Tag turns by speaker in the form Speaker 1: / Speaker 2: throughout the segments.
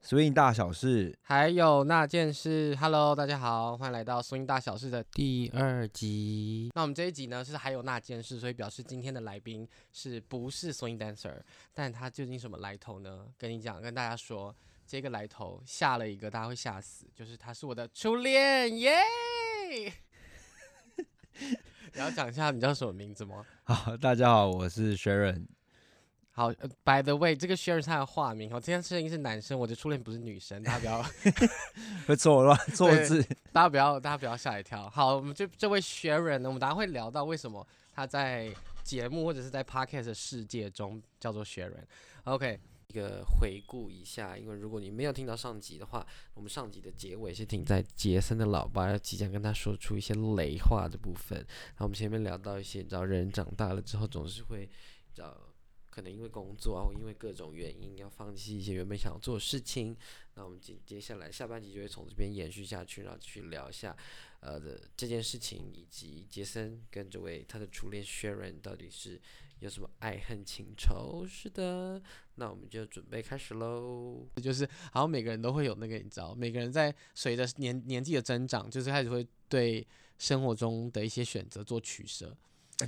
Speaker 1: 所以大小事，
Speaker 2: 还有那件事，Hello，大家好，欢迎来到《松音大小事》的第二集。那我们这一集呢是还有那件事，所以表示今天的来宾是不是 swing dancer？但他究竟什么来头呢？跟你讲，跟大家说，这个来头吓了一个，大家会吓死，就是他是我的初恋，耶！ 你要讲一下你叫什么名字吗？
Speaker 1: 好，大家好，我是 Sharon。
Speaker 2: 好、呃 b y the way，这个 Sharon 是他的化名哦，这件事情是男生，我的初恋不是女生，大家不要
Speaker 1: 会错乱错
Speaker 2: 对
Speaker 1: 字，
Speaker 2: 大家不要，大家不要吓一跳。好，我们这这位 Sharon 呢，我们等下会聊到为什么他在节目或者是在 podcast 的世界中叫做 Sharon。OK，一个回顾一下，因为如果你没有听到上集的话，我们上集的结尾是停在杰森的老爸即将跟他说出一些雷话的部分。然后我们前面聊到一些，你知道人长大了之后总是会，你知道。可能因为工作啊，或因为各种原因，要放弃一些原本想做的事情，那我们接接下来下半集就会从这边延续下去，然后去聊一下，呃的这件事情，以及杰森跟这位他的初恋 Sharon 到底是有什么爱恨情仇。是的，那我们就准备开始喽。就是好像每个人都会有那个，你知道，每个人在随着年年纪的增长，就是开始会对生活中的一些选择做取舍。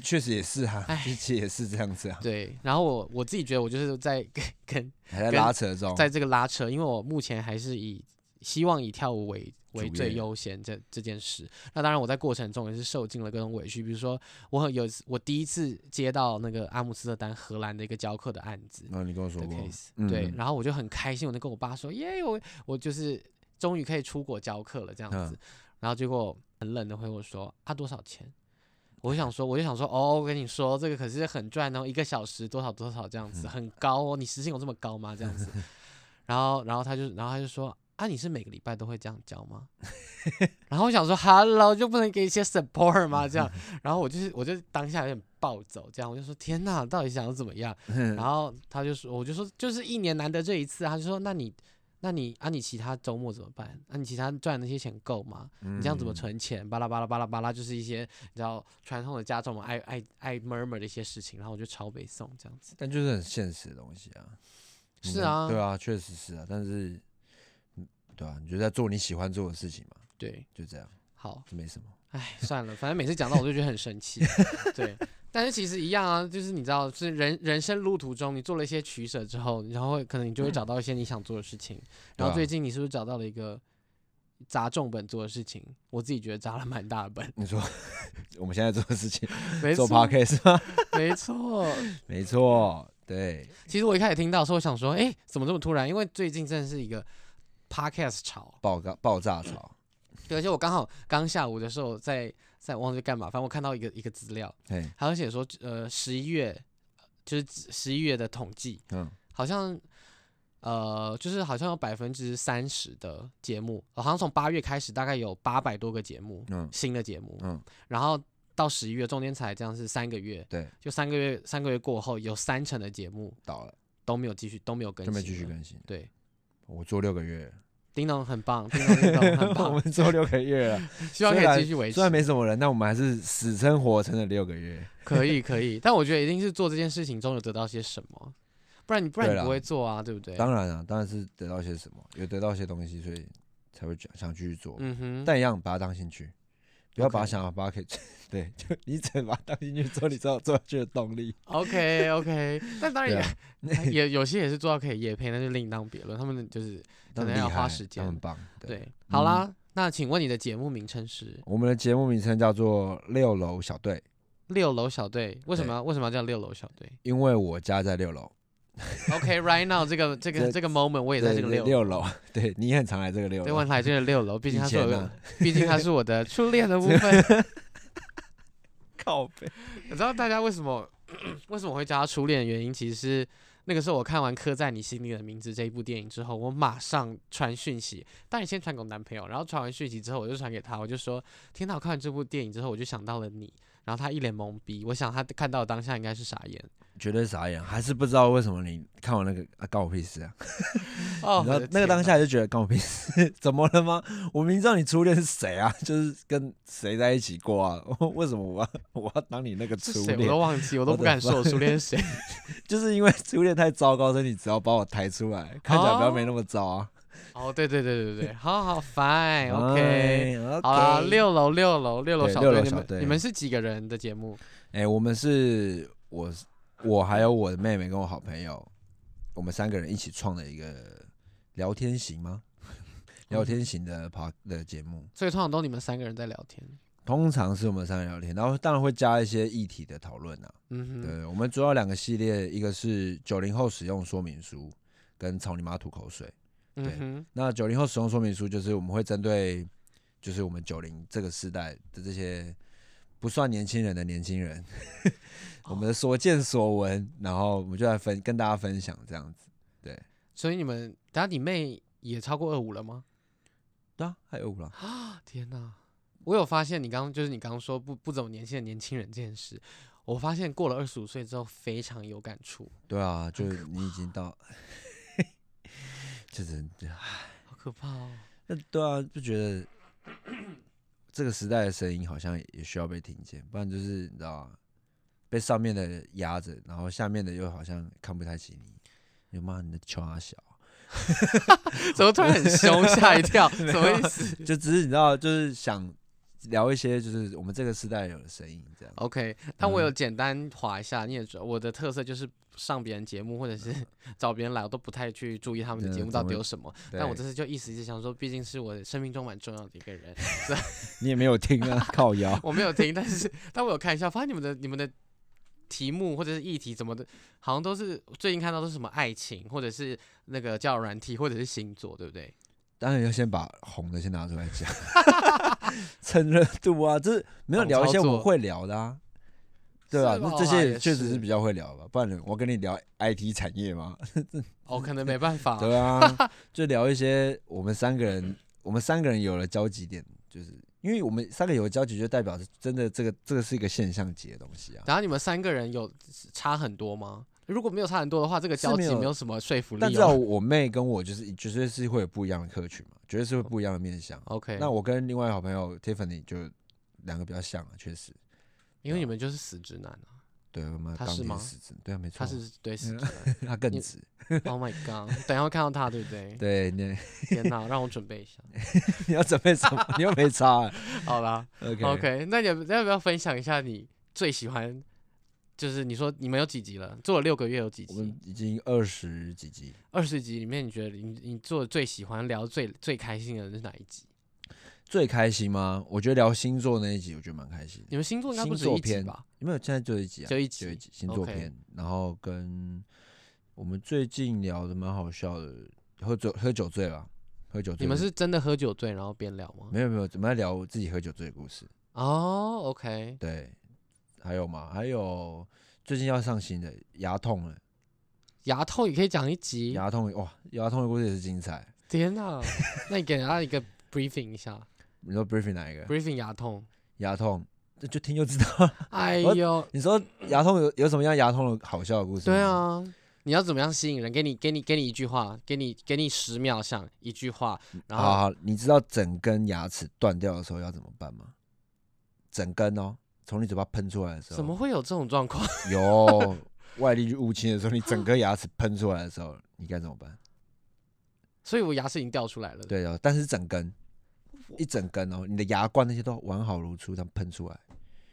Speaker 1: 确实也是哈、
Speaker 2: 唉
Speaker 1: 其实也是这样子啊，
Speaker 2: 对，然后我我自己觉得我就是在跟跟
Speaker 1: 还在
Speaker 2: 跟
Speaker 1: 拉扯中。
Speaker 2: 在这个拉扯，因为我目前还是以希望以跳舞为为
Speaker 1: 主
Speaker 2: 最
Speaker 1: 业
Speaker 2: 优先这这件事。那当然，我在过程中也是受尽了各种委屈，比如说我很有一次我第一次接到那个阿姆斯特丹荷兰的一个教课的案子
Speaker 1: 然哦后你跟我说
Speaker 2: 的
Speaker 1: 过，
Speaker 2: case，、
Speaker 1: 嗯
Speaker 2: 对，然后我就很开心，我就跟我爸说，耶，我我就是终于可以出国教课了这样子。
Speaker 1: 嗯
Speaker 2: 然后结果很冷的回我说啊多少钱？我就想说，我就想说，哦，我跟你说，这个可是很赚哦，一个小时多少多少这样
Speaker 1: 嗯
Speaker 2: 子，很高哦。你时薪有这么高吗？这样子。然后，然后他就，然后他就说，啊，你是每个礼拜都会这样教吗？然后我想说，Hello，就不能给一些 support 吗？这样，然后我就是，我就当下有点暴走，这样，我就说，天呐，到底想要怎么样？然后他就说，我就说，就是一年难得这一次啊。他就说，那你，那你啊，你其他周末怎么办？啊，你其他赚的那些钱够吗？你这样怎么
Speaker 1: 嗯
Speaker 2: 存钱？巴拉巴拉巴拉巴拉，就是一些你知道传统的家长们爱爱爱 murmur 的一些事情，然后我就超北宋这样子。
Speaker 1: 但就是很现实的东西啊。你
Speaker 2: 是
Speaker 1: 们
Speaker 2: 啊，
Speaker 1: 对啊，确实是啊。但是，嗯对啊，你就在做你喜欢做的事情嘛，
Speaker 2: 对，
Speaker 1: 就这样，
Speaker 2: 好，
Speaker 1: 没什么。
Speaker 2: 哎，算了，反正每次讲到我就觉得很生气。对，但是其实一样啊，就是你知道，是人人生路途中，你做了一些取舍之后，然后会可能你就会找到一些你想做的事情。然后
Speaker 1: 对
Speaker 2: 最
Speaker 1: 啊
Speaker 2: 近你是不是找到了一个砸重本做的事情？我自己觉得砸了蛮大的本，
Speaker 1: 你说我们现在做的事情，
Speaker 2: 没
Speaker 1: 做
Speaker 2: 错，
Speaker 1: podcast 吗？
Speaker 2: 没错。
Speaker 1: 没错，对，
Speaker 2: 其实我一开始听到的时候，我想说，哎，怎么这么突然？因为最近真的是一个 podcast 潮，
Speaker 1: 爆炸爆炸潮，
Speaker 2: 对，而且我刚好刚下午的时候在在忘记干嘛，反正我看到一个一个资料，
Speaker 1: 嘿，
Speaker 2: 还有写说，呃，十一月就是十一月的统计，
Speaker 1: 嗯，
Speaker 2: 好像呃，就是好像有百分之三十的节目，好像从八月开始，大概有八百多个节目，
Speaker 1: 嗯
Speaker 2: 新的节目，
Speaker 1: 嗯，
Speaker 2: 然后到十一月中间才这样是三个月，
Speaker 1: 对，
Speaker 2: 就三个月三个月过后，有三成的节目
Speaker 1: 倒了，
Speaker 2: 都没有继续都没有更
Speaker 1: 就
Speaker 2: 新了，
Speaker 1: 没继续更新。
Speaker 2: 对，
Speaker 1: 我做六个月，
Speaker 2: 叮咚很棒， 叮咚叮咚 很
Speaker 1: 我
Speaker 2: 棒，
Speaker 1: 们做六个月了，
Speaker 2: 希望可
Speaker 1: 虽然
Speaker 2: 以继续维持
Speaker 1: 虽。然没什么人，但我们还是死撑活撑了六个月。
Speaker 2: 可以可以， 但我觉得一定是做这件事情中有得到些什么，不然你不然
Speaker 1: 对
Speaker 2: 你
Speaker 1: 啦
Speaker 2: 不会做啊，对不对？
Speaker 1: 当然啊，当然是得到些什么，有得到些东西，所以才会想想继续做。
Speaker 2: 嗯哼，
Speaker 1: 但一样把它当兴趣，不要把它
Speaker 2: OK
Speaker 1: 想要把它可以， 对，就你只能把它当兴趣做，你才有做下去的动力。
Speaker 2: OK OK，但当然
Speaker 1: 对
Speaker 2: 也、
Speaker 1: 啊
Speaker 2: 也 有些也是做到可以夜配，那就另当别论。他们就是
Speaker 1: 他
Speaker 2: 可
Speaker 1: 们
Speaker 2: 能要
Speaker 1: 厉
Speaker 2: 花
Speaker 1: 害
Speaker 2: 时
Speaker 1: 他
Speaker 2: 间
Speaker 1: 们。棒。对，
Speaker 2: 对，好啦，那请问你的节目名称是
Speaker 1: 我们的节目名称叫做《六楼小队》，
Speaker 2: 六楼小队？为什
Speaker 1: 对
Speaker 2: 么要为什么要叫六楼小队
Speaker 1: 因为我家在六楼，
Speaker 2: ？OK，right、now 这个这个
Speaker 1: 这
Speaker 2: 这个 moment 我也在
Speaker 1: 对
Speaker 2: 这个六楼。
Speaker 1: 六楼， 对你也很常来这个六
Speaker 2: 对，
Speaker 1: 楼
Speaker 2: 我。来这个六楼，毕竟
Speaker 1: 以
Speaker 2: 他是我
Speaker 1: 前啊
Speaker 2: 的
Speaker 1: 呢，，
Speaker 2: 毕竟他是我的初恋的部 分。
Speaker 1: 靠背，
Speaker 2: 你知道大家为什么 为什么会叫他初恋的原因，其实是那个时候我看完《刻在你心里的名字》这一部电影之后，我马上传讯息，当然先传给我男朋友，然后传完讯息之后，我就传给他，我就说：天哪，我看完这部电影之后，我就想到了你。然后他一脸懵逼，我想他看到的当下应该是傻眼。
Speaker 1: 绝对傻眼，还是不知道为什么你看完那个啊，关我屁事啊！
Speaker 2: 哦
Speaker 1: 你知道那个当，下就觉得关我屁事， 怎么了吗？我明知道你初恋是谁啊， 就是跟谁在一起过啊， 为什么我要我要当你那个
Speaker 2: 是
Speaker 1: 初
Speaker 2: 谁我
Speaker 1: 恋
Speaker 2: 都？忘记，我都
Speaker 1: 我
Speaker 2: 不
Speaker 1: 的
Speaker 2: 敢说我初 恋是谁。
Speaker 1: 就是因为初恋太糟糕，所以你只要把我抬出来，看起来不要没那么糟啊。
Speaker 2: 哦，对对对对对，好好，fine，OK，好啦，
Speaker 1: 哎 OK
Speaker 2: 六楼六楼六楼
Speaker 1: 对
Speaker 2: 小
Speaker 1: 六
Speaker 2: 队，
Speaker 1: 楼
Speaker 2: 你
Speaker 1: 小
Speaker 2: 们
Speaker 1: 队
Speaker 2: 你们是几个人的节目？
Speaker 1: 哎、我们是我是我还有我的妹妹跟我好朋友，我们三个人一起创的一个聊天型吗？ 聊天型的 p 的节目，
Speaker 2: 所以通常都你们三个人在聊天。
Speaker 1: 通常是我们三个人聊天，然后当然会加一些议题的讨论啊。
Speaker 2: 嗯哼，
Speaker 1: 对，我们主要两个系列，一个是九零后使用说明书跟草泥马吐口水。对
Speaker 2: 嗯哼，
Speaker 1: 那九零后使用说明书就是我们会针对，就是我们九零这个时代的这些不算年轻人的年轻人， 我们的所见所闻，然后我们就来分跟大家分享这样子。
Speaker 2: 所以你们，等下你妹也超过二五了吗？
Speaker 1: 对啊，还有了，
Speaker 2: 天呐，我有发现你刚就是你刚说不不怎么年轻的年轻人这件事，我发现过了二十五岁之后非常有感触，
Speaker 1: 对啊，就是你已经到， 就是
Speaker 2: 好可怕哦。
Speaker 1: 那对啊，就觉得这个时代的声音好像也需要被听见，不然就是你知道啊，被上面的压着，然后下面的又好像看不太起你，有骂你的穷啊小。
Speaker 2: 怎么突然很凶，吓 一跳，什么意思
Speaker 1: 就只是你知道，就是想聊一些就是我们这个时代有的声音这样。
Speaker 2: ？OK，但我有
Speaker 1: 嗯
Speaker 2: 简单划一下，你也知道我的特色就是上别人节目或者是 找别人来，我都不太去注意他们的节
Speaker 1: 嗯
Speaker 2: 目到
Speaker 1: 怎
Speaker 2: 底
Speaker 1: 么
Speaker 2: 有什么。
Speaker 1: 嗯对
Speaker 2: 但我这次就一时一直想说，毕竟是我生命中蛮重要的一个人，
Speaker 1: 你也没有听啊， 靠腰。
Speaker 2: 我没有听，但 是 但我有看一下，发现你们的你们的题目或者是议题怎么的，好像都是最近看到都是什么爱情，或者是那个叫软体，或者是星座，对不对？
Speaker 1: 当然要先把红的先拿出来讲， 趁热度啊，这没有
Speaker 2: 懂
Speaker 1: 聊一
Speaker 2: 操
Speaker 1: 些我
Speaker 2: 作
Speaker 1: 会聊的啊。对吧？
Speaker 2: 是
Speaker 1: 那
Speaker 2: 吧
Speaker 1: 这
Speaker 2: 哇
Speaker 1: 些
Speaker 2: 也
Speaker 1: 也确实
Speaker 2: 是
Speaker 1: 是比较会聊吧，不然我跟你聊 IT 产业嘛，
Speaker 2: 哦，可能没办法，
Speaker 1: 嗯对啊， 就聊一些我们三个人，我们三个人有了交集点，就是因为我们三个有交集，就代表是真的这个这个是一个现象级的东西啊。
Speaker 2: 然后你们三个人有差很多吗？如果没有差很多的话，这个
Speaker 1: 是
Speaker 2: 交
Speaker 1: 没
Speaker 2: 集
Speaker 1: 有
Speaker 2: 没有什么说服
Speaker 1: 但
Speaker 2: 力
Speaker 1: 至少
Speaker 2: 哦。
Speaker 1: 我妹跟我就是绝对是会有不一样的客群嘛，绝对是会不一样的面相。
Speaker 2: OK，
Speaker 1: 那我跟另外好朋友 Tiffany 就两个比较像啊，确实，
Speaker 2: 因为你们就是死直男啊，
Speaker 1: 对我们
Speaker 2: 他
Speaker 1: 当
Speaker 2: 是吗
Speaker 1: 天死直，对啊，没错
Speaker 2: 他
Speaker 1: 啊，
Speaker 2: 是对死直男。
Speaker 1: 他更
Speaker 2: 你
Speaker 1: 直，
Speaker 2: Oh my god！等一下会看到他，对不对？
Speaker 1: 对你
Speaker 2: 天哪，让我准备一下。
Speaker 1: 你要准备什么？你又没差啊
Speaker 2: 好啦，
Speaker 1: ，OK
Speaker 2: OK，那你要要不要分享一下你最喜欢？就是你说你们有几集了？做了六个月有几
Speaker 1: 我
Speaker 2: 集
Speaker 1: 们？已经二十几集，
Speaker 2: 二十集里面，你觉得你你做的最喜欢、聊最最开心的是哪一集？
Speaker 1: 最开心吗？我觉得聊星座那一集，我觉得蛮开心的
Speaker 2: 你。们星座应该不
Speaker 1: 星
Speaker 2: 止
Speaker 1: 座
Speaker 2: 一集
Speaker 1: 篇
Speaker 2: 吧？
Speaker 1: 有没有？现在就一集啊，
Speaker 2: 就一
Speaker 1: 就一
Speaker 2: 集
Speaker 1: 集星座
Speaker 2: OK
Speaker 1: 篇，然后跟我们最近聊的蛮好笑的，喝酒喝酒醉了，喝酒醉。
Speaker 2: 你们是真的喝酒醉然后边聊吗？
Speaker 1: 没有没有，怎么在聊我自己喝酒醉的故事？
Speaker 2: 哦，OK、o
Speaker 1: 对，还有吗？还有最近要上新的牙痛了，
Speaker 2: k 牙痛也可以讲一集。
Speaker 1: 牙痛哇，牙痛的故事也是精彩。
Speaker 2: 天哪， 那你给人家一个 briefing 一下
Speaker 1: 你说 briefing 哪一个？
Speaker 2: ，briefing 牙痛。
Speaker 1: 牙痛，这就听就知道 了。
Speaker 2: 哎
Speaker 1: 我
Speaker 2: 呦，
Speaker 1: 你说牙痛有有什么样牙痛的好笑的故事？
Speaker 2: 对，啊，你要怎么样吸引人？给你给你给你一句话，给你给你十秒想一句话，
Speaker 1: 嗯
Speaker 2: 然
Speaker 1: 好
Speaker 2: 后
Speaker 1: 好，你知道整根牙齿断掉的时候要怎么办吗？整根哦，从你嘴巴喷出来的时候，
Speaker 2: 怎么会有这种状况？
Speaker 1: 有外力入侵的时候，你整个牙齿喷出来的时候，你该怎么办？
Speaker 2: 所以我牙齿已经掉出来了。，
Speaker 1: 对哦，但是整根，一整根哦，你的牙冠那些都完好如初，这样喷出来。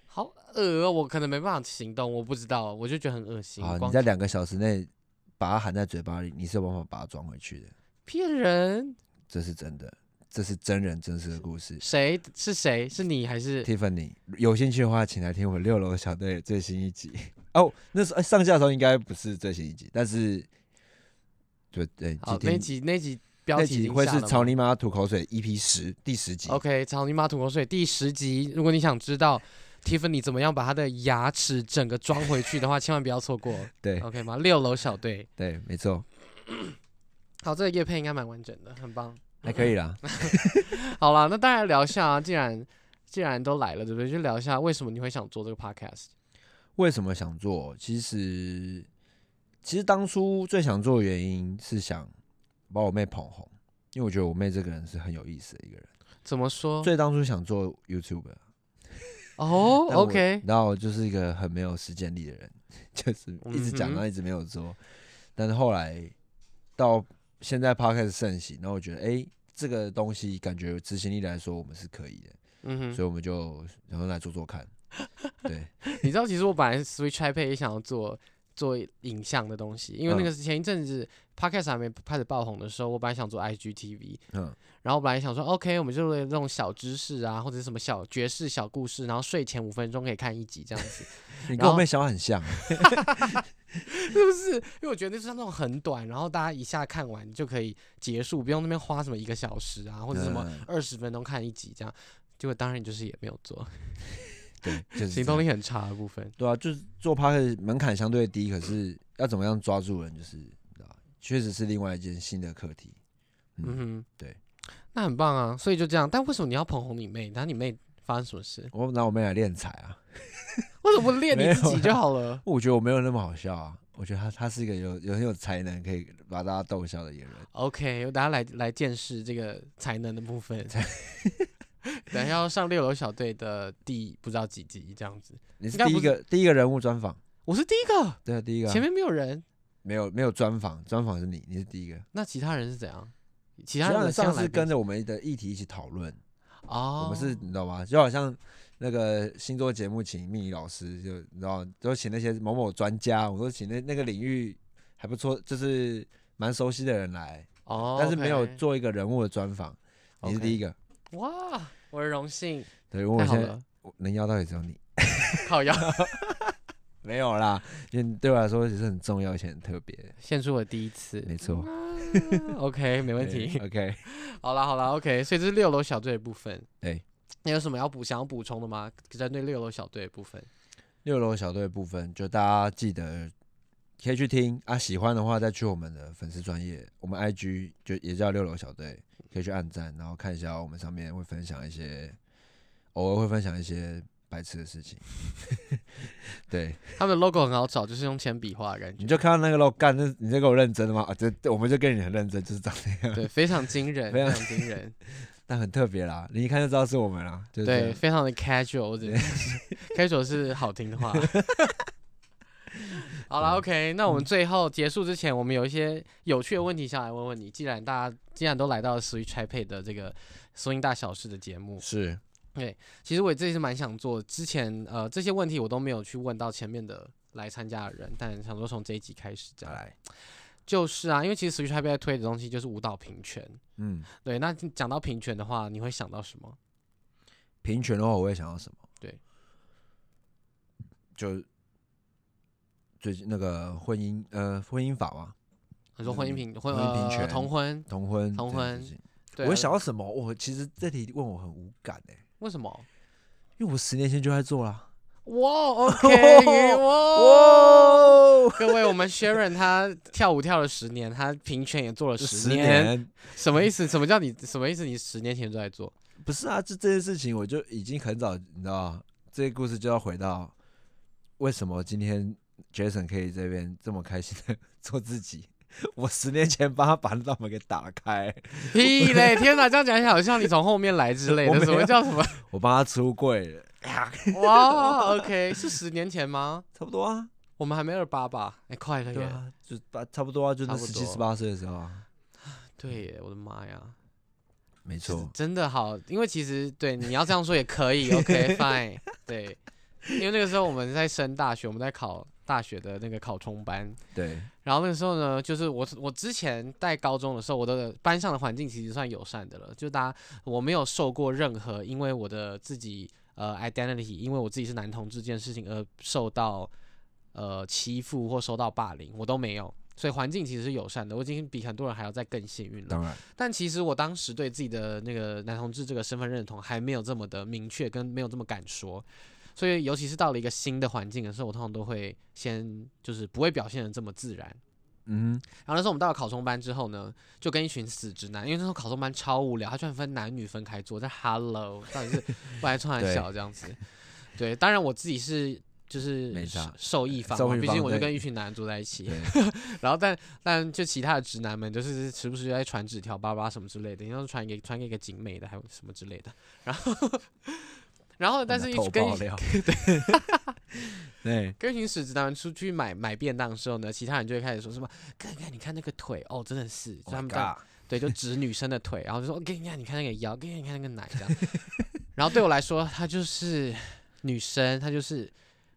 Speaker 2: 好恶、哦，我可能没办法行动，我不知道，我就觉得很恶心。
Speaker 1: 好，你
Speaker 2: 光
Speaker 1: 在两个小时内把它含在嘴巴里，你是有办法把它装回去的，
Speaker 2: 骗人，
Speaker 1: 这是真的，这是真人真实的故事。
Speaker 2: 谁是谁？是你还是？
Speaker 1: Tiffany，有兴趣的话，请来听我们六楼小队的最新一集。 哦，那时候、哎上架的时候应该不是最新一集，但是就对，
Speaker 2: 好
Speaker 1: 今，
Speaker 2: 那
Speaker 1: 天
Speaker 2: 集那集标
Speaker 1: 那
Speaker 2: 题已
Speaker 1: 集
Speaker 2: 经
Speaker 1: 会
Speaker 2: 下
Speaker 1: 是
Speaker 2: 了
Speaker 1: 草
Speaker 2: 吗
Speaker 1: 泥马吐口水 EP 十第十集。
Speaker 2: OK，草泥马吐口水第十集，如果你想知道 Tiffany 怎么样把她的牙齿整个装回去的话，千万不要错过。
Speaker 1: 对
Speaker 2: OK 吗？六楼小队，
Speaker 1: 对，没错，
Speaker 2: 好，这个叶配应该蛮完整的，很棒。
Speaker 1: 还可以啦。
Speaker 2: 嗯好了，那当然聊一下、啊，既然既然都来了，对不对？就聊一下为什么你会想做这个 podcast。
Speaker 1: 为什么想做？其实，其实当初最想做的原因是想把我妹捧红，因为我觉得我妹这个人是很有意思的一个人。
Speaker 2: 怎么说？
Speaker 1: 最当初想做 YouTube，
Speaker 2: 哦
Speaker 1: 但我
Speaker 2: ，OK，
Speaker 1: 然后我就是一个很没有实践力 的人，就是一直讲，
Speaker 2: 嗯哼
Speaker 1: 然后一直没有做。但是后来到现在 podcast 盛行，然后我觉得哎、诶这个东西感觉执行力来说我们是可以的，
Speaker 2: 嗯
Speaker 1: 所以
Speaker 2: 哼，
Speaker 1: 我们就然后来做做 看。对，
Speaker 2: 你知道，其实我本来 Switch iPad 也想要做做影像的东西，因为那
Speaker 1: 嗯
Speaker 2: 个是前一阵子 Podcast 还没开始爆红的时候，我本来想做 IGTV，
Speaker 1: 嗯，
Speaker 2: 然后我本来想说 OK，我们就这种小知识啊，或者是什么小爵士小故事，然后睡前五分钟可以看一集这样 子，
Speaker 1: 你
Speaker 2: 然
Speaker 1: 跟我
Speaker 2: 后
Speaker 1: 妹想法很像啊，
Speaker 2: 是不是？因为我觉得就是那种很短，然后大家一下看完就可以结束，不用那边花什么一个小时啊，或者什么
Speaker 1: 嗯
Speaker 2: 二十分钟看一集这样。结果当然就是也没有做，
Speaker 1: 对，就是
Speaker 2: 行
Speaker 1: 这样
Speaker 2: 动力很差的部分。
Speaker 1: 对啊，就是做 p a r k 门槛相对低，可是要怎么样抓住人，就是你知道确实是另外一件新的课题。
Speaker 2: 嗯
Speaker 1: 嗯，
Speaker 2: 哼，
Speaker 1: 对，
Speaker 2: 那很棒啊。所以就这样，但为什么你要捧红你妹？然后你妹发生什么事？
Speaker 1: 我拿我妹来练才啊，
Speaker 2: 为什么 不练
Speaker 1: 没
Speaker 2: 你
Speaker 1: 有啊
Speaker 2: 自己就好了？
Speaker 1: 我觉得我没有那么好笑啊，我觉得她她是一个有有很有才能，可以把大家逗笑的一个人。
Speaker 2: OK，我等下来来见识这个才能的部分。等一下要上六楼小队的第不知道几集这样子，
Speaker 1: 你是
Speaker 2: 应该
Speaker 1: 第一
Speaker 2: 不是
Speaker 1: 个第一个人物专访，
Speaker 2: 我是第一个，
Speaker 1: 对啊，第一个啊、
Speaker 2: 前面没有人，
Speaker 1: 没有没有专访，专访是你，你是第一个。
Speaker 2: 那其他人是怎样？其
Speaker 1: 其
Speaker 2: 他人
Speaker 1: 人
Speaker 2: 的
Speaker 1: 上
Speaker 2: 像
Speaker 1: 次
Speaker 2: 来
Speaker 1: 跟
Speaker 2: 宾
Speaker 1: 着我们的议题一起讨论，
Speaker 2: 哦，
Speaker 1: 我们是你知道吗？就好像那个星座节目请命理老师，就你知道，都请那些某某专家，我都请那那个领域还不错，就是蛮熟悉的人来，
Speaker 2: 哦，
Speaker 1: 但是没有
Speaker 2: OK
Speaker 1: 做一个人物的专访。你是
Speaker 2: OK
Speaker 1: 第一个，
Speaker 2: 哇，我的荣幸，
Speaker 1: 对，因为
Speaker 2: 太
Speaker 1: 我
Speaker 2: 好
Speaker 1: 现在
Speaker 2: 了，
Speaker 1: 我能邀到也只有你，
Speaker 2: 靠腰，
Speaker 1: 没有啦，因为对我来说也是很重要，而且很特别，
Speaker 2: 献出我第一次啊
Speaker 1: 没错，
Speaker 2: ，OK，
Speaker 1: 没
Speaker 2: 没问题。
Speaker 1: OK，
Speaker 2: 好啦好啦 o k 所以这是六楼小队的部分。
Speaker 1: 对，
Speaker 2: 你有什么要补想要补充的吗？针对六楼小队的部分。
Speaker 1: 六楼小队的部分，就大家记得可以去听啊，喜欢的话再去我们的粉丝专业，我们 IG 就也叫六楼小队，可以去按赞，然后看一下我们上面会分享一些，偶尔会分享一些白痴的事情。 对，
Speaker 2: 他们的 logo 很好找，就是用铅笔画的感觉
Speaker 1: 你，就看到那个 logo，干，那你在给我认真的吗？啊，这这我们就跟你很认真，就是长这样，
Speaker 2: 对，非常惊人，
Speaker 1: 非
Speaker 2: 非
Speaker 1: 常
Speaker 2: 常惊人，
Speaker 1: 但很特别啦，你一看就知道是我们啦，就是这
Speaker 2: 对，
Speaker 1: 样
Speaker 2: 非常的 casual，我只能 casual 是好听 的话。好
Speaker 1: 嗯
Speaker 2: 了，OK，那我们最后结束之前，我们有一些有趣的问题想来问问你。既然大家既然都来到了 Switch iPad 的这个收音大小事的节目，
Speaker 1: 是
Speaker 2: 其实我也这是蛮想做，之前呃这些问题我都没有去问到前面的来参加的人，但想说从这一集开始
Speaker 1: 再
Speaker 2: 讲，
Speaker 1: 来，
Speaker 2: 就是啊，因为其实 Switch Happy 在推的东西就是舞蹈平权，
Speaker 1: 嗯，
Speaker 2: 对，那讲到平权的话，你会想到什么？
Speaker 1: 平权的话，我会想要什么？
Speaker 2: 对，
Speaker 1: 就最近那个婚姻呃婚姻法嘛，
Speaker 2: 你说婚姻平婚
Speaker 1: 嗯婚姻平
Speaker 2: 呃
Speaker 1: 权
Speaker 2: 同婚，
Speaker 1: 同婚
Speaker 2: 同
Speaker 1: 这件
Speaker 2: 婚
Speaker 1: 事情
Speaker 2: 对啊，
Speaker 1: 我会想到什么？我其实这题问我很无感哎、
Speaker 2: 为什么？
Speaker 1: 因为我十年前就在做啊啦。
Speaker 2: 哇，OK，哇。
Speaker 1: 哦，
Speaker 2: 各位，我们 Sharon 她跳舞跳了十年，她平权也做了十
Speaker 1: 十年
Speaker 2: 什么意思？什么叫你什么意思？你十年前就在做？
Speaker 1: 不是啊，这这件事情我就已经很早，你知道，这个故事就要回到为什么今天 Jason 可以这边这么开心的做自己。 我十年前帮他把那道门给打开，
Speaker 2: 屁嘞！天哪，这样讲起来好像你从后面来之类
Speaker 1: 我没
Speaker 2: 的，
Speaker 1: 有
Speaker 2: 什么叫什么？
Speaker 1: 我帮他出柜了，
Speaker 2: 哇，OK，是十年前吗？
Speaker 1: 差不多啊，
Speaker 2: 我们还没二八吧？哎、快了
Speaker 1: 对
Speaker 2: 耶！
Speaker 1: 啊，就把差不多啊，就
Speaker 2: 差
Speaker 1: 是
Speaker 2: 不
Speaker 1: 十七
Speaker 2: 多
Speaker 1: 十八岁的时候啊，
Speaker 2: 对耶，我的妈呀！
Speaker 1: 没
Speaker 2: 其实
Speaker 1: 错，
Speaker 2: 真的好，因为其实对你要这样说也可以，OK，fine，、对，因为那个时候我们在升大学，我们在考大学的那个考冲班，
Speaker 1: 对，
Speaker 2: 然后那个时候呢，就是我我之前在高中的时候，我的班上的环境其实算友善的了，就大家我没有受过任何因为我的自己呃 identity，因为我自己是男同志这件事情而受到呃欺负或受到霸凌，我都没有。所以环境其实是友善的，我已经比很多人还要再更幸运了。
Speaker 1: 当然，
Speaker 2: 但其实我当时对自己的那个男同志这个身份认同还没有这么的明确，跟没有这么敢说。所以，尤其是到了一个新的环境的时候，我通常都会先就是不会表现的这么自然，
Speaker 1: 嗯
Speaker 2: 然后那时候我们到了考中班之后呢，就跟一群死直男，因为那时候考中班超无聊，他居然分男女分开坐，在 Hello 到 底是不来穿很小这样子。对，当然我自己是就是
Speaker 1: 没差
Speaker 2: 受受益方
Speaker 1: 受
Speaker 2: 嘛，
Speaker 1: 益
Speaker 2: 毕
Speaker 1: 方
Speaker 2: 竟我就
Speaker 1: 对
Speaker 2: 跟一群男人坐在一起
Speaker 1: 对。
Speaker 2: 然后但但就其他的直男们就是时不时就在传纸条、巴拉巴拉什么之类的，然后传给传给一个景美的，还有什么之类的。然后 然后但是
Speaker 1: 偷
Speaker 2: 一跟
Speaker 1: 爆
Speaker 2: 一
Speaker 1: 料， 对，
Speaker 2: 跟一群屎直男出去买买便当的时候呢，其他人就会开始说什么，看看你看那个腿哦，真的是， 就
Speaker 1: Oh
Speaker 2: 他
Speaker 1: my
Speaker 2: 们在
Speaker 1: God
Speaker 2: 对就指女生的腿，然后就说，哦给你看你看那个腰，给你看那个奶这样。然后对我来说，她就是女生，她就是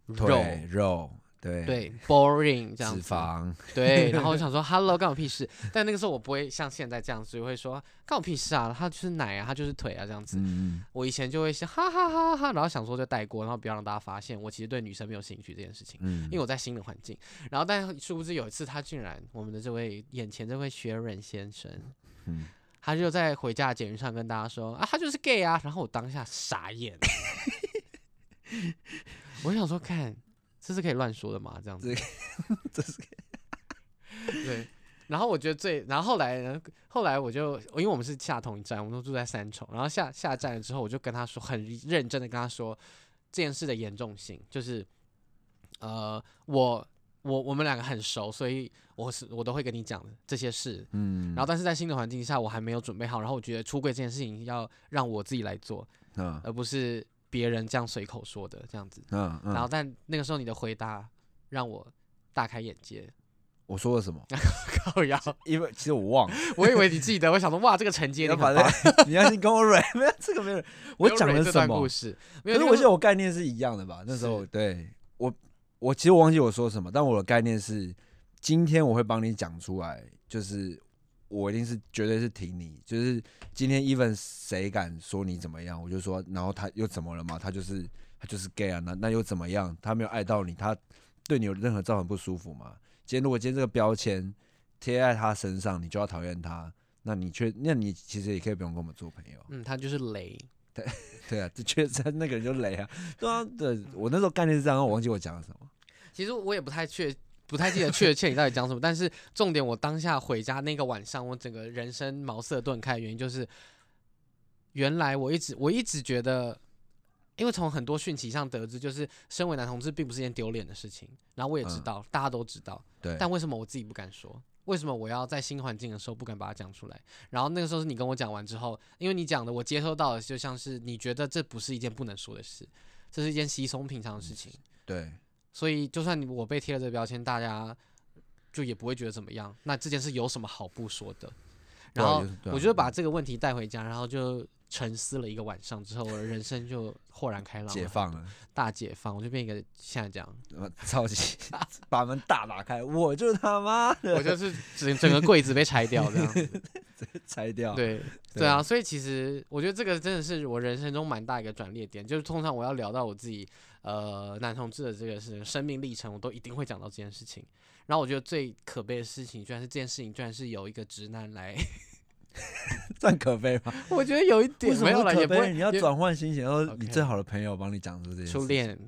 Speaker 2: 肉，
Speaker 1: 腿肉，对，
Speaker 2: 对 boring 这样
Speaker 1: 脂
Speaker 2: 子。
Speaker 1: 肪，
Speaker 2: 对，然后我想说，Hello，干我屁事？但那个时候我不会像现在这样子，我会说干我屁事啊，他就是奶啊，他就是腿啊这样子。
Speaker 1: 嗯，
Speaker 2: 我以前就会想哈哈哈哈哈，然后想说就带过，然后不要让大家发现我其实对女生没有兴趣这件事情，
Speaker 1: 嗯
Speaker 2: 因为我在新的环境。然后但殊不知有一次，他竟然我们的这位眼前这位学忍先生，
Speaker 1: 嗯
Speaker 2: 他就在回家的捷运上跟大家说啊，他就是 gay 啊，然后我当下傻眼， 我想说看这是可以乱说的吗？这样子，
Speaker 1: 这是
Speaker 2: 对。然后我觉得最，然后后来呢？后来我就，因为我们是下同一站，我们都住在三重。然后下下站了之后，我就跟他说，很认真的跟他说这件事的严重性，就是，呃，我我我们两个很熟，所以我是我都会跟你讲这些事。
Speaker 1: 嗯，
Speaker 2: 然后但是在新的环境下，我还没有准备好。然后我觉得出柜这件事情要让我自己来做，
Speaker 1: 嗯
Speaker 2: 而不是别人这样随口说的这样子。
Speaker 1: 嗯
Speaker 2: 然后
Speaker 1: 嗯，
Speaker 2: 但那个时候你的回答让我大开眼界，
Speaker 1: 我说了什么？
Speaker 2: 靠腰。
Speaker 1: 因为其实我忘了，
Speaker 2: 我以为你记得，我想说哇，这个承接你
Speaker 1: 要
Speaker 2: 很
Speaker 1: 把
Speaker 2: 棒
Speaker 1: 这。个 你要先跟我蕊，没有这个没有蕊，我
Speaker 2: 没有
Speaker 1: 讲
Speaker 2: 蕊
Speaker 1: 了
Speaker 2: 这
Speaker 1: 什
Speaker 2: 段
Speaker 1: 么
Speaker 2: 故？事？
Speaker 1: 可
Speaker 2: 没有，
Speaker 1: 是
Speaker 2: 那
Speaker 1: 我
Speaker 2: 个
Speaker 1: 记得我概念是一样的吧？那时候对我，我其实忘记我说什么，但我的概念是，今天我会帮你讲出来，就是我一定是绝对是挺你，就是今天 even 谁敢说你怎么样，我就说，然后他又怎么了嘛？他就是他就是 gay 啊，那那又怎么样？他没有爱到你，他对你有任何造成不舒服吗？今天如果今天这个标签贴在他身上，你就要讨厌他。那你却，那你其实也可以不用跟我们做朋友。
Speaker 2: 嗯，他就是雷。
Speaker 1: 对啊，的确是那个人就雷啊。对啊，对我那时候概念是这样，我忘记我讲了什么。
Speaker 2: 其实我也不太确，不太记得确切你到底讲什么，但是重点我当下回家那个晚上，我整个人生茅塞顿开的原因就是，原来我一直我一直觉得。因为从很多讯息上得知，就是身为男同志并不是一件丢脸的事情。然后我也知
Speaker 1: 嗯
Speaker 2: 道，大家都知道，
Speaker 1: 对，
Speaker 2: 但为什么我自己不敢说？为什么我要在新环境的时候不敢把它讲出来？然后那个时候是你跟我讲完之后，因为你讲的我接收到的就像是你觉得这不是一件不能说的事，这是一件稀松平常的事情，
Speaker 1: 对
Speaker 2: 所以就算你我被贴了这个标签，大家就也不会觉得怎么样。那这件事有什么好不说的？
Speaker 1: 对
Speaker 2: 然
Speaker 1: 啊
Speaker 2: 后
Speaker 1: 有什对啊
Speaker 2: 我就把这个问题带回家，然后就沉思了一个晚上之后，我的人生就豁然开朗了，
Speaker 1: 解放了，
Speaker 2: 大解放，我就变一个现在 这样，
Speaker 1: 呃超级把门大打开，我就他妈的
Speaker 2: 我就是整整个柜子被拆掉这样子。
Speaker 1: 拆掉。
Speaker 2: 对 对啊，所以其实我觉得这个真的是我人生中蛮大一个转捩点，就是通常我要聊到我自己呃男同志的这个是生命历程，我都一定会讲到这件事情。然后我觉得最可悲的事情，居然是这件事情，居然是由一个直男来，
Speaker 1: 算可悲吧？
Speaker 2: 我觉得有一
Speaker 1: 为
Speaker 2: 点
Speaker 1: 什
Speaker 2: 没有
Speaker 1: 么
Speaker 2: 了，也
Speaker 1: 可
Speaker 2: 不会
Speaker 1: 悲？你要
Speaker 2: 也
Speaker 1: 转换心情，然后
Speaker 2: OK
Speaker 1: 你最好的朋友帮你讲出这些事，
Speaker 2: 初恋，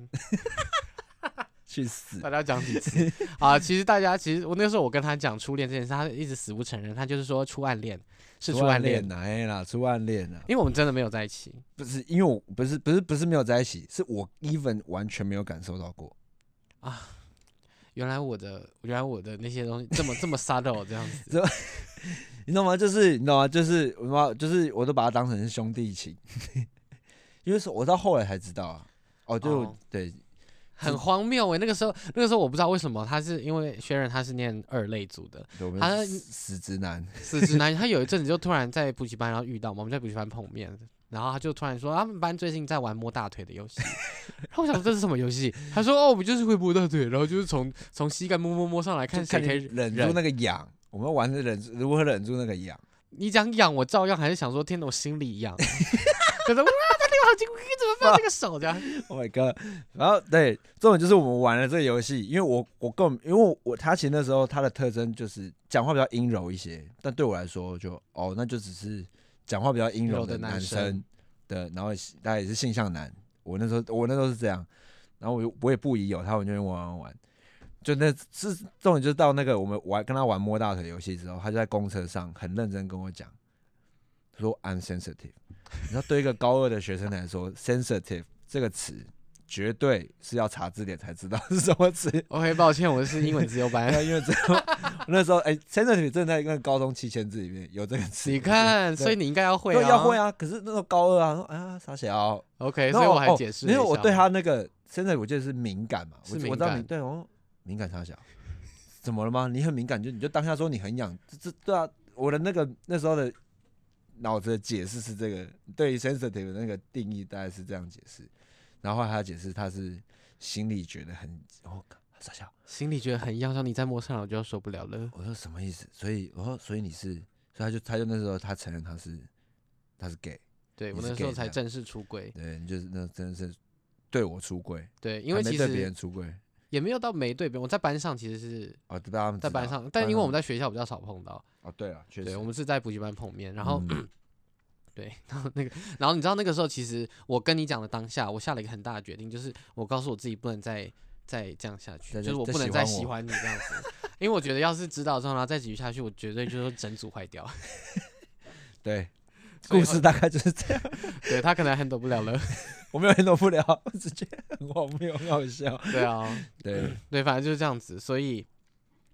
Speaker 2: 呃
Speaker 1: 去死
Speaker 2: 大！家讲几次 啊？其实大家其实我那时候我跟他讲初恋这件事，他一直死不承认，他就是说初暗恋是初
Speaker 1: 暗
Speaker 2: 暗恋
Speaker 1: 恋，呐，哎啦，初暗恋呐，
Speaker 2: 因为我们真的没有在一起。
Speaker 1: 不是因为我不是不是不是没有在一起，是我 even 完全没有感受到过。
Speaker 2: 原来我的原来我的那些东西这么这么 subtle 这样子。
Speaker 1: 你知道吗？就是你知道吗？就是我他妈就是我都把它当成是兄弟情， 因为是我到后来才知道啊。哦，就、
Speaker 2: 哦
Speaker 1: 对，
Speaker 2: 很荒谬欸诶、那个时候，那个时候我不知道为什么，他是因为薛仁他是念二类组的，
Speaker 1: 我们
Speaker 2: 他
Speaker 1: 死死直男，
Speaker 2: 死直男。 他有一阵子就突然在补习班，然后遇到嘛，我们在补习班碰面，然后他就突然说他们班最近在玩摸大腿的 游戏，然后我想说这是什么游戏？他说哦，我们就是会摸大腿，然后就是从从膝盖摸摸摸上来看
Speaker 1: 就
Speaker 2: 谁
Speaker 1: 看你
Speaker 2: 可以
Speaker 1: 忍住那个痒。我们玩的忍住如何忍住那个痒，
Speaker 2: 你讲痒，我照样还是想说天哪，我心里 痒。可是哇，他流好金龟，怎么放那个手这样？
Speaker 1: Oh my god！然后对，重点就是我们玩了这个游戏，因为我我根本因为我他其实那时候他的特征就是讲话比较阴柔一些，但对我来说就哦，那就只是讲话比较阴柔
Speaker 2: 柔的男
Speaker 1: 男
Speaker 2: 生
Speaker 1: 的，然后他也是性向男。我那时候我那时候是这样，然后我就我也不疑有他，我就玩玩玩。就那是重点，就是到那个我们玩跟他玩摸大腿游戏之后，他就在公车上很认真跟我讲，他说 I'm sensitive。你知道，对一个高二的学生来说，sensitive 这个词绝对是要查字典才知道是什么词。
Speaker 2: OK，抱歉，我是英文自由班。
Speaker 1: 因为只有那时候哎，前阵子真的在那个高中七千字里面有这个词，
Speaker 2: 你看，
Speaker 1: 对
Speaker 2: 所以你应该要会
Speaker 1: 对
Speaker 2: 啊，
Speaker 1: 要会啊。可是那时候高二啊，说哎呀傻小，
Speaker 2: OK，
Speaker 1: 然后
Speaker 2: 哎所以我还
Speaker 1: 哦
Speaker 2: 解释了
Speaker 1: 因
Speaker 2: 一
Speaker 1: 为
Speaker 2: 下嘛，
Speaker 1: 我对他那个现在我记得是敏感嘛，我
Speaker 2: 是
Speaker 1: 知
Speaker 2: 敏
Speaker 1: 我知道你
Speaker 2: 感
Speaker 1: 对哦敏感傻小，怎么了吗？你很敏感，就你就当下说你很痒，这这对啊，我的那个那时候的脑子的解释是这个，对于 sensitive 的那个定义大概是这样解释，然后后来他解释他是心里觉得很哦傻小，
Speaker 2: 心里觉得很痒，像你再摸上来我就要受不了了。
Speaker 1: 我说什么意思？所以我说所以你是，所以他就他就那时候他承认他是他是 gay，
Speaker 2: 对
Speaker 1: 你
Speaker 2: 我
Speaker 1: 是
Speaker 2: 那时候
Speaker 1: gay
Speaker 2: 才
Speaker 1: 这样
Speaker 2: 正式出轨，
Speaker 1: 对，你就是那真的是对我出轨，
Speaker 2: 对，因为
Speaker 1: 还没
Speaker 2: 其
Speaker 1: 对别
Speaker 2: 实
Speaker 1: 人出轨。
Speaker 2: 也没有到没对别人，我在班上其实是
Speaker 1: 哦，对，他们
Speaker 2: 在
Speaker 1: 知
Speaker 2: 班
Speaker 1: 道
Speaker 2: 上，但因为我们
Speaker 1: 班
Speaker 2: 在学校比较少碰到，
Speaker 1: 上哦，对了，确实，
Speaker 2: 对我们是在补习班碰面，然后
Speaker 1: 嗯
Speaker 2: 对，然后那个， 然后你知道那个时候，其实我跟你讲的当下，我下了一个很大的决定，就是我告诉我自己不能再再这样下去，
Speaker 1: 再
Speaker 2: 就是
Speaker 1: 再
Speaker 2: 我
Speaker 1: 再
Speaker 2: 不能
Speaker 1: 喜
Speaker 2: 再
Speaker 1: 欢
Speaker 2: 喜
Speaker 1: 我
Speaker 2: 欢你这样子， 因为我觉得要是知道之后，然后再继续下去，我绝对就是整组坏掉。
Speaker 1: 对，
Speaker 2: 所以
Speaker 1: 故
Speaker 2: 后
Speaker 1: 事大概就是这样，
Speaker 2: 对他可能 handle 不了了。
Speaker 1: 我没有很懂不了，我只觉得很荒谬，很好笑。
Speaker 2: 对啊，
Speaker 1: 对，
Speaker 2: 对，反正就是这样子。所以，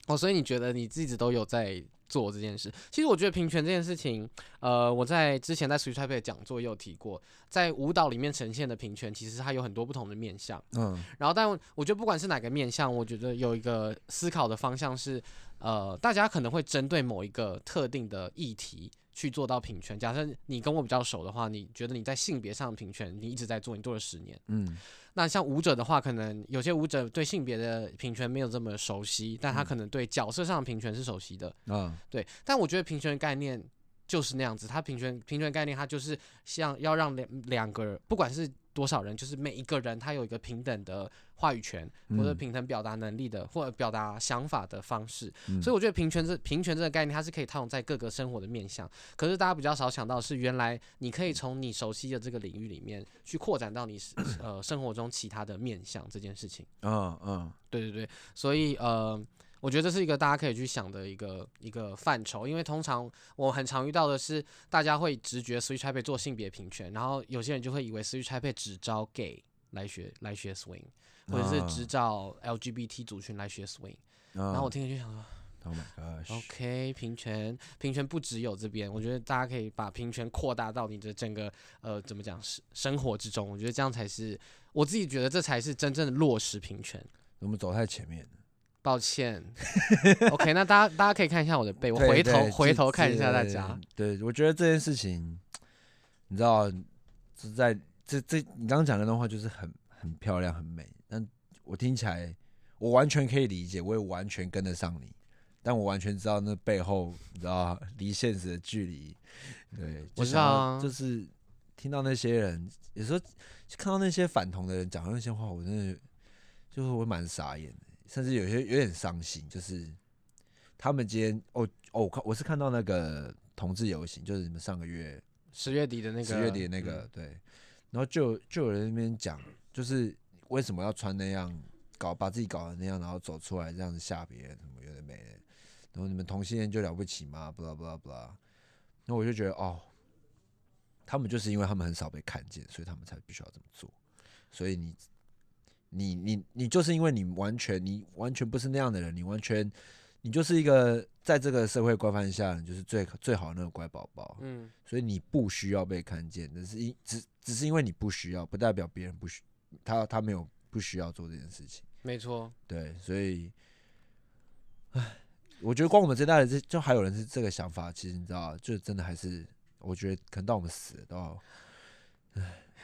Speaker 2: 哦，所以你觉得你一直都有在做这件事？其实我觉得平权这件事情，呃，我在之前在 Switch Taipei 的讲座也有提过，在舞蹈里面呈现的平权，其实它有很多不同的面向。
Speaker 1: 嗯，
Speaker 2: 然后，但我觉得不管是哪个面向，我觉得有一个思考的方向是，呃，大家可能会针对某一个特定的议题去做到平权。假设你跟我比较熟的话，你觉得你在性别上的平权，你一直在做，你做了十年。
Speaker 1: 嗯，
Speaker 2: 那像舞者的话，可能有些舞者对性别的平权没有这么熟悉，但他可能对角色上的平权是熟悉的。
Speaker 1: 啊，
Speaker 2: 对，但我觉得平权概念就是那样子，它平权平权概念它就是像要让两两个人，不管是多少人，就是每一个人他有一个平等的话语权，或者
Speaker 1: 嗯
Speaker 2: 平等表达能力的，或者表达想法的方式。
Speaker 1: 嗯
Speaker 2: 所以我觉得平权这平权这个概念，它是可以套用在各个生活的面向。可是大家比较少想到的是，原来你可以从你熟悉的这个领域里面去扩展到你是呃生活中其他的面向这件事情。
Speaker 1: 嗯嗯，
Speaker 2: 对对对，所以呃，我觉得这是一个大家可以去想的一个一个范畴，因为通常我很常遇到的是，大家会直觉 switch 配做性别平权，然后有些人就会以为 switch 配只招 gay 来学来学 swing，或者
Speaker 1: 啊
Speaker 2: 是只招 LGBT 族群来学 swing，、
Speaker 1: 然
Speaker 2: 然后我听了就想说
Speaker 1: ，Oh my gosh，
Speaker 2: ，OK，平权平权不只有这边，我觉得大家可以把平权扩大到你的整个呃怎么讲生生活之中，我觉得这样才是我自己觉得这才是真正的落实平权。
Speaker 1: 我们走太前面了，
Speaker 2: 抱歉，OK，那大家大家可以看一下我的背，我
Speaker 1: 对
Speaker 2: 回头
Speaker 1: 对
Speaker 2: 回
Speaker 1: 这
Speaker 2: 头看一下大
Speaker 1: 这
Speaker 2: 家。
Speaker 1: 对，我觉得这件事情，你知道，是在这这你刚刚讲的那段话就是很很漂亮很美，但我听起来我完全可以理解，我也完全跟得上你，但我完全知道那背后你知道离现实的距离。对，
Speaker 2: 我
Speaker 1: 就
Speaker 2: 知
Speaker 1: 想
Speaker 2: 道
Speaker 1: 要
Speaker 2: 啊
Speaker 1: 就是听到那些人，有时候看到那些反同的人讲那些话，我真的就是会蛮傻眼的，甚至有些有点伤心，就是。他们今天哦哦，我看我是看到那个同志游行，就是你们上个月
Speaker 2: 十月底的那个，
Speaker 1: 十月底的那个、
Speaker 2: 嗯
Speaker 1: 对，然后就就有人在那边讲，就是为什么要穿那样，搞把自己搞成那样，然后走出来这样子吓别人，什么有的没的，然后你们同性恋就了不起吗？不啦不啦不啦，然后我就觉得哦，他们就是因为他们很少被看见，所以他们才必须要这么做，所以你。你你你就是因为你完全你完全不是那样的人，你完全你就是一个在这个社会规范下，你就是最最好的那个乖宝宝。
Speaker 2: 嗯，
Speaker 1: 所以你不需要被看见，只是因只只是因为你不需要，不代表别人不需他他没有不需要做这件事情。
Speaker 2: 没错，
Speaker 1: 对，所以，唉，我觉得光我们这代人这就还有人是这个想法，其实你知道，啊就真的还是我觉得可能到我们死了都要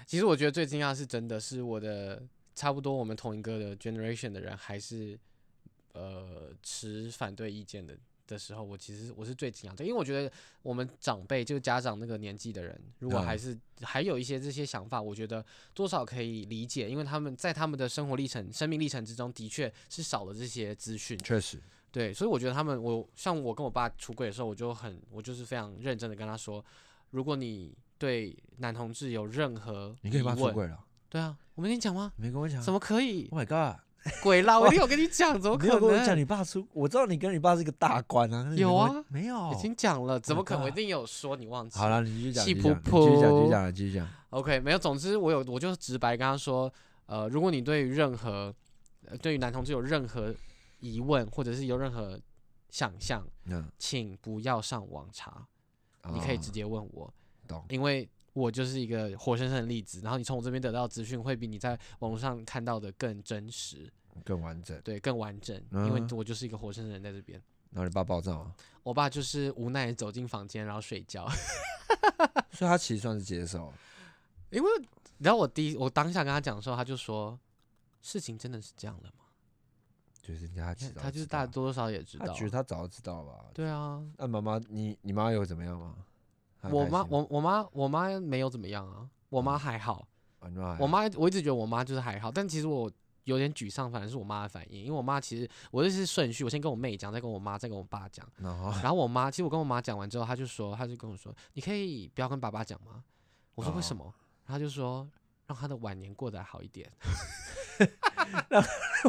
Speaker 2: 其实我觉得最惊讶的是真的是我的差不多我们同一个的 generation 的人，还是呃持反对意见的的时候，我其实我是最惊讶的，因为我觉得我们长辈就是家长那个年纪的人，如果
Speaker 1: 嗯
Speaker 2: 还是、还有一些这些想法，我觉得多少可以理解，因为他们在他们的生活历程、生命历程之中，的确是少了这些资讯。
Speaker 1: 确实，
Speaker 2: 对，所以我觉得他们，我像我跟我爸出柜的时候，我就很，我就是非常认真的跟他说，如果你对男同志有任何
Speaker 1: 你可以
Speaker 2: 疑
Speaker 1: 把他出
Speaker 2: 问
Speaker 1: 柜了，
Speaker 2: 对啊，我没跟你讲吗？
Speaker 1: 你没跟我讲
Speaker 2: 怎么可以？
Speaker 1: ？Oh my god！
Speaker 2: 鬼啦！我一定有跟你讲，怎么
Speaker 1: 你有
Speaker 2: 可
Speaker 1: 跟我讲
Speaker 2: 能？
Speaker 1: 你爸出，我知道你跟你爸是个大官啊，但是你没
Speaker 2: 有
Speaker 1: 跟我
Speaker 2: 啊
Speaker 1: 没有
Speaker 2: 已。经讲了，怎
Speaker 1: ，Oh
Speaker 2: 么
Speaker 1: my
Speaker 2: 可能？我一
Speaker 1: God
Speaker 2: 定有说，你忘记
Speaker 1: 好了，你继续讲，
Speaker 2: 气
Speaker 1: 继续讲
Speaker 2: 噗
Speaker 1: 你继续讲，继
Speaker 2: 噗
Speaker 1: 续讲，继续讲。
Speaker 2: OK，没有，总之我有，我就直白跟他说，呃，如果你对于任何，呃对于男同志有任何疑问，或者是有任何想象，
Speaker 1: 嗯，
Speaker 2: 请不要上网查，你可以直
Speaker 1: 哦
Speaker 2: 接问我，
Speaker 1: 懂，
Speaker 2: 因为我就是一个活生生的例子。然后你从我这边得到的资讯会比你在网络上看到的更真实，
Speaker 1: 更完整。
Speaker 2: 对，更完整，因为
Speaker 1: 嗯
Speaker 2: 我就是一个活生生人在这边。
Speaker 1: 然后你爸暴躁啊，
Speaker 2: 我爸就是无奈地走进房间，然后睡觉。
Speaker 1: 所以他其实算是接受，
Speaker 2: 因为你知道我第一我当下跟他讲的时候，他就说事情真的是这样的吗？
Speaker 1: 就是人家
Speaker 2: 你
Speaker 1: 知
Speaker 2: 看
Speaker 1: 道，
Speaker 2: 他就是大家多多少少也知
Speaker 1: 他
Speaker 2: 道。
Speaker 1: 觉得他早就知道吧？
Speaker 2: 对啊，
Speaker 1: 那妈妈，你你妈有怎么样吗？她很
Speaker 2: 我
Speaker 1: 开
Speaker 2: 妈
Speaker 1: 心吗
Speaker 2: 我我妈我妈没有怎么样啊，我妈还好，
Speaker 1: 哦你妈还
Speaker 2: 我
Speaker 1: 好
Speaker 2: 妈我一直觉得我妈就是还好，但其实我有点沮丧，反而是我妈的反应，因为我妈其实我这是顺序，我先跟我妹讲，再跟我妈，再跟我爸讲，
Speaker 1: 然 后
Speaker 2: 然后我妈其实我跟我妈讲完之后，她就说，她就跟我说，你可以不要跟爸爸讲吗？我说为什
Speaker 1: 哦
Speaker 2: 么？她就说让他的晚年过得好一点。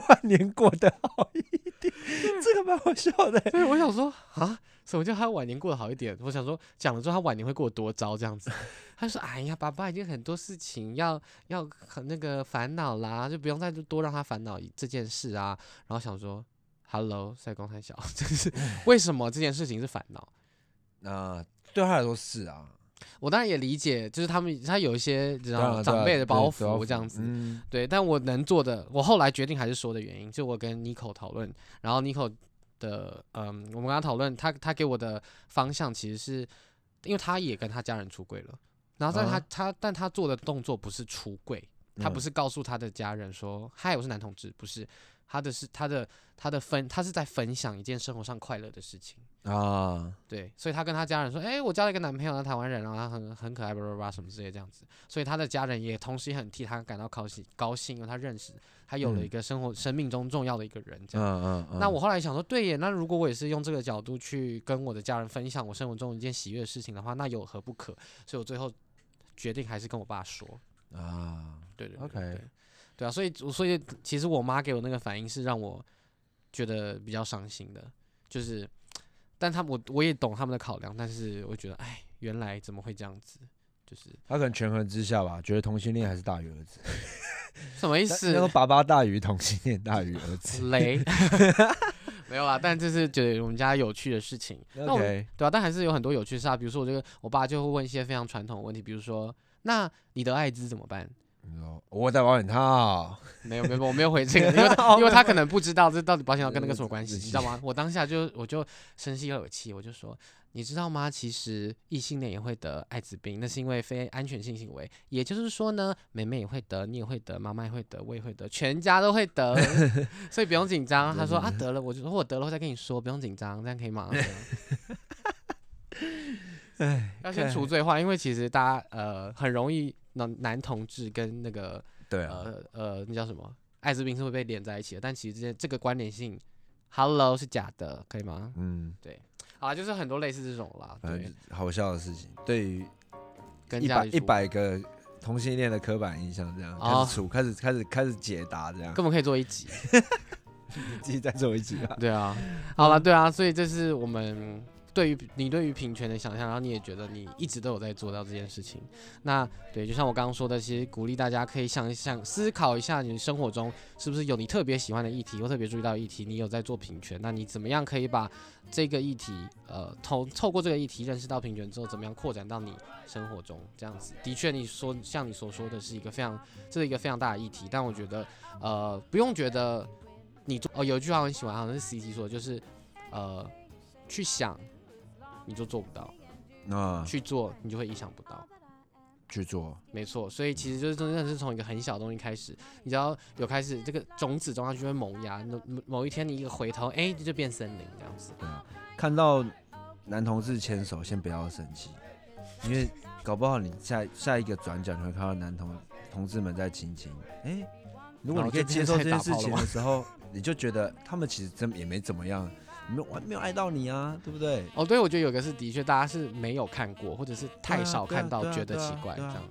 Speaker 1: 半年过得好一点， 这个蛮好笑的。
Speaker 2: 对，我想说啊，什么叫他晚年过得好一点？我想说讲了之后他晚年会过得多糟这样子。他说：“哎呀，爸爸已经很多事情要要很那个烦恼啦，就不用再多让他烦恼一这件事啊。”然后想说：“Hello，赛光太小， 就是为什么这件事情是烦恼？
Speaker 1: 那对他来说是啊，
Speaker 2: 我当然也理解，就是他们他有一些你知
Speaker 1: 当然
Speaker 2: 道
Speaker 1: 啊
Speaker 2: 长辈的包袱这
Speaker 1: 对啊对
Speaker 2: 样。
Speaker 1: 对
Speaker 2: 子，
Speaker 1: 嗯，
Speaker 2: 对，但我能做的，我后来决定还是说的原因，就我跟 Nico 讨论，然后 Nico 的，嗯，我们跟他讨论，他他给我的方向其实是，因为他也跟他家人出柜了，然后但他、
Speaker 1: 啊
Speaker 2: 他但他做的动作不是出柜，他不
Speaker 1: 嗯
Speaker 2: 是告诉他的家人说，嗨，我是男同志，不是，他的是他的他的分，他是在分享一件生活上快乐的事情。
Speaker 1: 啊，
Speaker 2: 对，所以她跟她家人说：“哎、我交了一个男朋友，他台湾人，然后他很很可爱，叭叭叭什么之类这样子。”所以她的家人也同时也很替她感到高兴，高兴，因为她认识，她有了
Speaker 1: 嗯
Speaker 2: 一个生活、生命中重要的一个人。这样，
Speaker 1: 嗯嗯嗯。
Speaker 2: 那我后来想说，对耶，那如果我也是用这个角度去跟我的家人分享我生活中一件喜悦的事情的话，那有何不可？所以我最后决定还是跟我爸说。
Speaker 1: 啊，
Speaker 2: 对对对
Speaker 1: OK
Speaker 2: 对对啊，所以所以其实我妈给我那个反应是让我觉得比较伤心的，就是，但他们我我也懂他们的考量，但是我觉得，哎，原来怎么会这样子？就是
Speaker 1: 他可能权衡之下吧，觉得同性恋还是大于儿子，
Speaker 2: 什么意
Speaker 1: 那那个
Speaker 2: 思？
Speaker 1: 爸爸大于同性恋大于儿子。
Speaker 2: 雷？ 没有啦，但这是觉得我们家有趣的事情。那我们
Speaker 1: OK，
Speaker 2: 对啊，但还是有很多有趣的事啊，比如说我这个我爸就会问一些非常传统的问题，比如说，那你得艾滋怎么办？
Speaker 1: 你说我在保险套，
Speaker 2: 没有没有，我没有回这个，因为他因为他可能不知道这到底保险要跟那个什么关系，
Speaker 1: 自
Speaker 2: 你
Speaker 1: 己
Speaker 2: 知道吗？我当下就我就深吸一口气，我就说，你知道吗？其实异性恋也会得艾滋病，那是因为非安全性行为，也就是说呢，妹妹也会得，你也会得，妈妈也会得，我也会得，全家都会得，所以不用紧张。他说啊得了，我就说我得了，我再跟你说，不用紧张，这样可以吗？这样要先除罪化，因为其实大家呃很容易男男同志跟那个
Speaker 1: 对啊，
Speaker 2: 呃呃，那叫什么？艾滋病是会被连在一起的，但其实这件这个关联性，Hello 是假的，可以吗？
Speaker 1: 嗯，
Speaker 2: 啊，就是很多类似这种啦，
Speaker 1: 反
Speaker 2: 对
Speaker 1: 正，就好笑的事情，对于
Speaker 2: 跟
Speaker 1: 一
Speaker 2: 家
Speaker 1: 百
Speaker 2: 里
Speaker 1: 一
Speaker 2: 说
Speaker 1: 百个同性恋的刻板印象，这样开
Speaker 2: 哦
Speaker 1: 始出，开始开始开始解答，这样
Speaker 2: 根本可以做一集，
Speaker 1: 自己再做一集吧。
Speaker 2: 对啊， 好了，对啊，所以这是我们对于你对于平权的想象，然后你也觉得你一直都有在做到这件事情。那对，就像我刚刚说的，其实鼓励大家可以想一想，思考一下你生活中是不是有你特别喜欢的议题，或特别注意到的议题，你有在做平权，那你怎么样可以把这个议题，呃，透透过这个议题认识到平权之后，怎么样扩展到你生活中？这样子，的确，你说像你所说的是一个非常，这是一个非常大的议题，但我觉得，呃，不用觉得你做哦，有一句话我很喜欢，好像是 C T 说的，就是呃，去想你就做不到，
Speaker 1: 那
Speaker 2: 去做你就会意想不到。
Speaker 1: 去做，
Speaker 2: 没错，所以其实就是真的是从一个很小的东西开始，你只要有开始这个种子种下去会萌芽，某某一天你一个回头，哎、这就变森林这样子。
Speaker 1: 对啊，看到男同志牵手，先不要生气，因为搞不好你下下一个转角你会看到男同同志们在亲亲。哎、如果
Speaker 2: 然后
Speaker 1: 你可以
Speaker 2: 就
Speaker 1: 接
Speaker 2: 变
Speaker 1: 受
Speaker 2: 成
Speaker 1: 这件
Speaker 2: 打
Speaker 1: 事
Speaker 2: 炮了
Speaker 1: 情
Speaker 2: 吗
Speaker 1: 的时候，你就觉得他们其实真也没怎么样，没有没有爱到你啊，对不对？
Speaker 2: 哦，对，我觉得有个是的确大家是没有看过，或者是
Speaker 1: 对
Speaker 2: 太
Speaker 1: 啊
Speaker 2: 少
Speaker 1: 对啊
Speaker 2: 看到，
Speaker 1: 对啊
Speaker 2: 觉得
Speaker 1: 对啊
Speaker 2: 奇怪、
Speaker 1: 对啊
Speaker 2: 这样。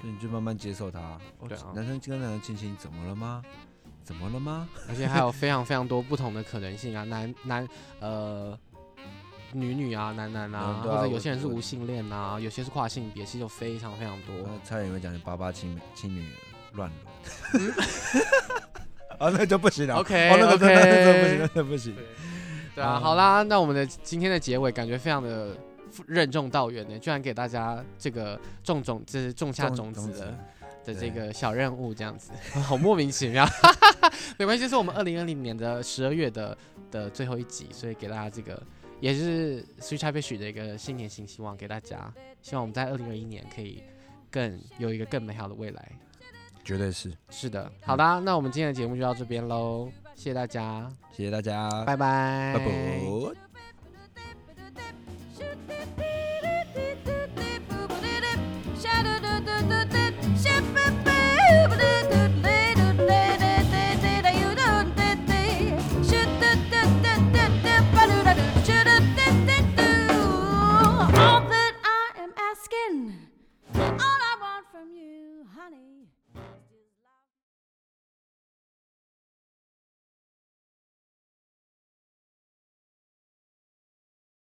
Speaker 1: 所以你就慢慢接受他。哦
Speaker 2: 对啊
Speaker 1: 男生跟男生亲亲，怎么了吗？怎么了吗？
Speaker 2: 而且还有非常非常多不同的可能 性啊，男男呃女女啊，男男啊，
Speaker 1: 嗯对啊
Speaker 2: 或者有些人
Speaker 1: 我
Speaker 2: 是无性恋啊，有些是跨性别，其实有非常非常多。
Speaker 1: 我差点以为讲你爸爸亲亲女儿乱伦。啊，那就不行了。
Speaker 2: OK，
Speaker 1: 哦，那个
Speaker 2: OK
Speaker 1: 那个那个不行，那个不行。
Speaker 2: 对啊，好啦，那我们的今天的结尾感觉非常的任重道远呢，居然给大家这个种种，这是种下种子的的这
Speaker 1: 对
Speaker 2: 个小任务，这样子， 好莫名其妙。 没关系，这是我们二零二零年的十二月的的最后一集，所以给大家这个也是 s w e e t h a p p y 的一个新年新希望，给大家希望我们在二零二一年可以更有一个更美好的未来。
Speaker 1: 绝对是。
Speaker 2: 是的，好啦，那我们今天的节目就到这边喽，谢谢大家，
Speaker 1: 谢谢大家，
Speaker 2: 拜拜，
Speaker 1: 拜拜。